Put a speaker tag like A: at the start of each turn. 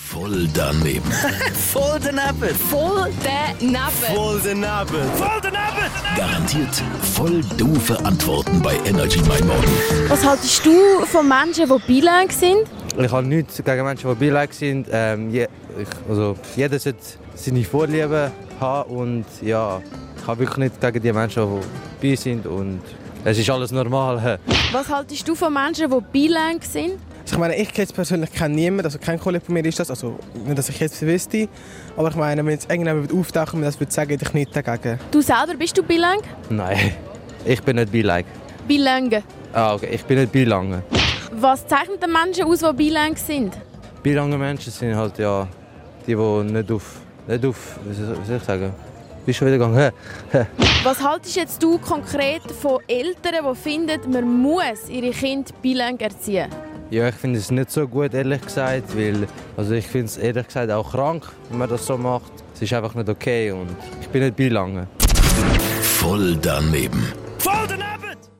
A: Voll daneben.
B: Voll daneben.
C: Voll daneben.
B: Voll daneben. Voll daneben.
A: Garantiert voll doofe Antworten bei Energy Mein Morgen.
D: Was haltest du von Menschen, die bilang sind?
E: Ich habe nichts gegen Menschen, die bilang sind. Ähm, je, ich, also, jeder sollte seine Vorlieben haben. Und ja, ich habe wirklich nichts gegen die Menschen, die bi sind. Und es ist alles normal.
D: Was haltest du von Menschen, die bilang sind?
F: Ich meine, ich jetzt persönlich kenne niemanden, also kein Kollege von mir ist das, also nicht, dass ich jetzt wüsste. Aber ich meine, wenn jetzt irgendjemand würde auftauchen und das würde sagen, hätte ich nichts dagegen.
D: Du selber bist du bilang?
E: Nein, ich bin nicht bilang.
D: Bilang.
E: Ah, okay, ich bin nicht bilang.
D: Was zeichnet den Menschen aus, die bilang sind?
E: Bilange Menschen sind halt ja die, die nicht auf, nicht auf, wie soll wie soll ich sagen, bist schon wieder gegangen.
D: Was haltest jetzt du konkret von Eltern, die finden, man muss ihre Kinder bilang erziehen?
E: Ja, ich finde es nicht so gut, ehrlich gesagt, weil also ich finde es ehrlich gesagt auch krank, wenn man das so macht. Es ist einfach nicht okay und ich bin nicht bilange.
A: Voll daneben.
B: Voll daneben.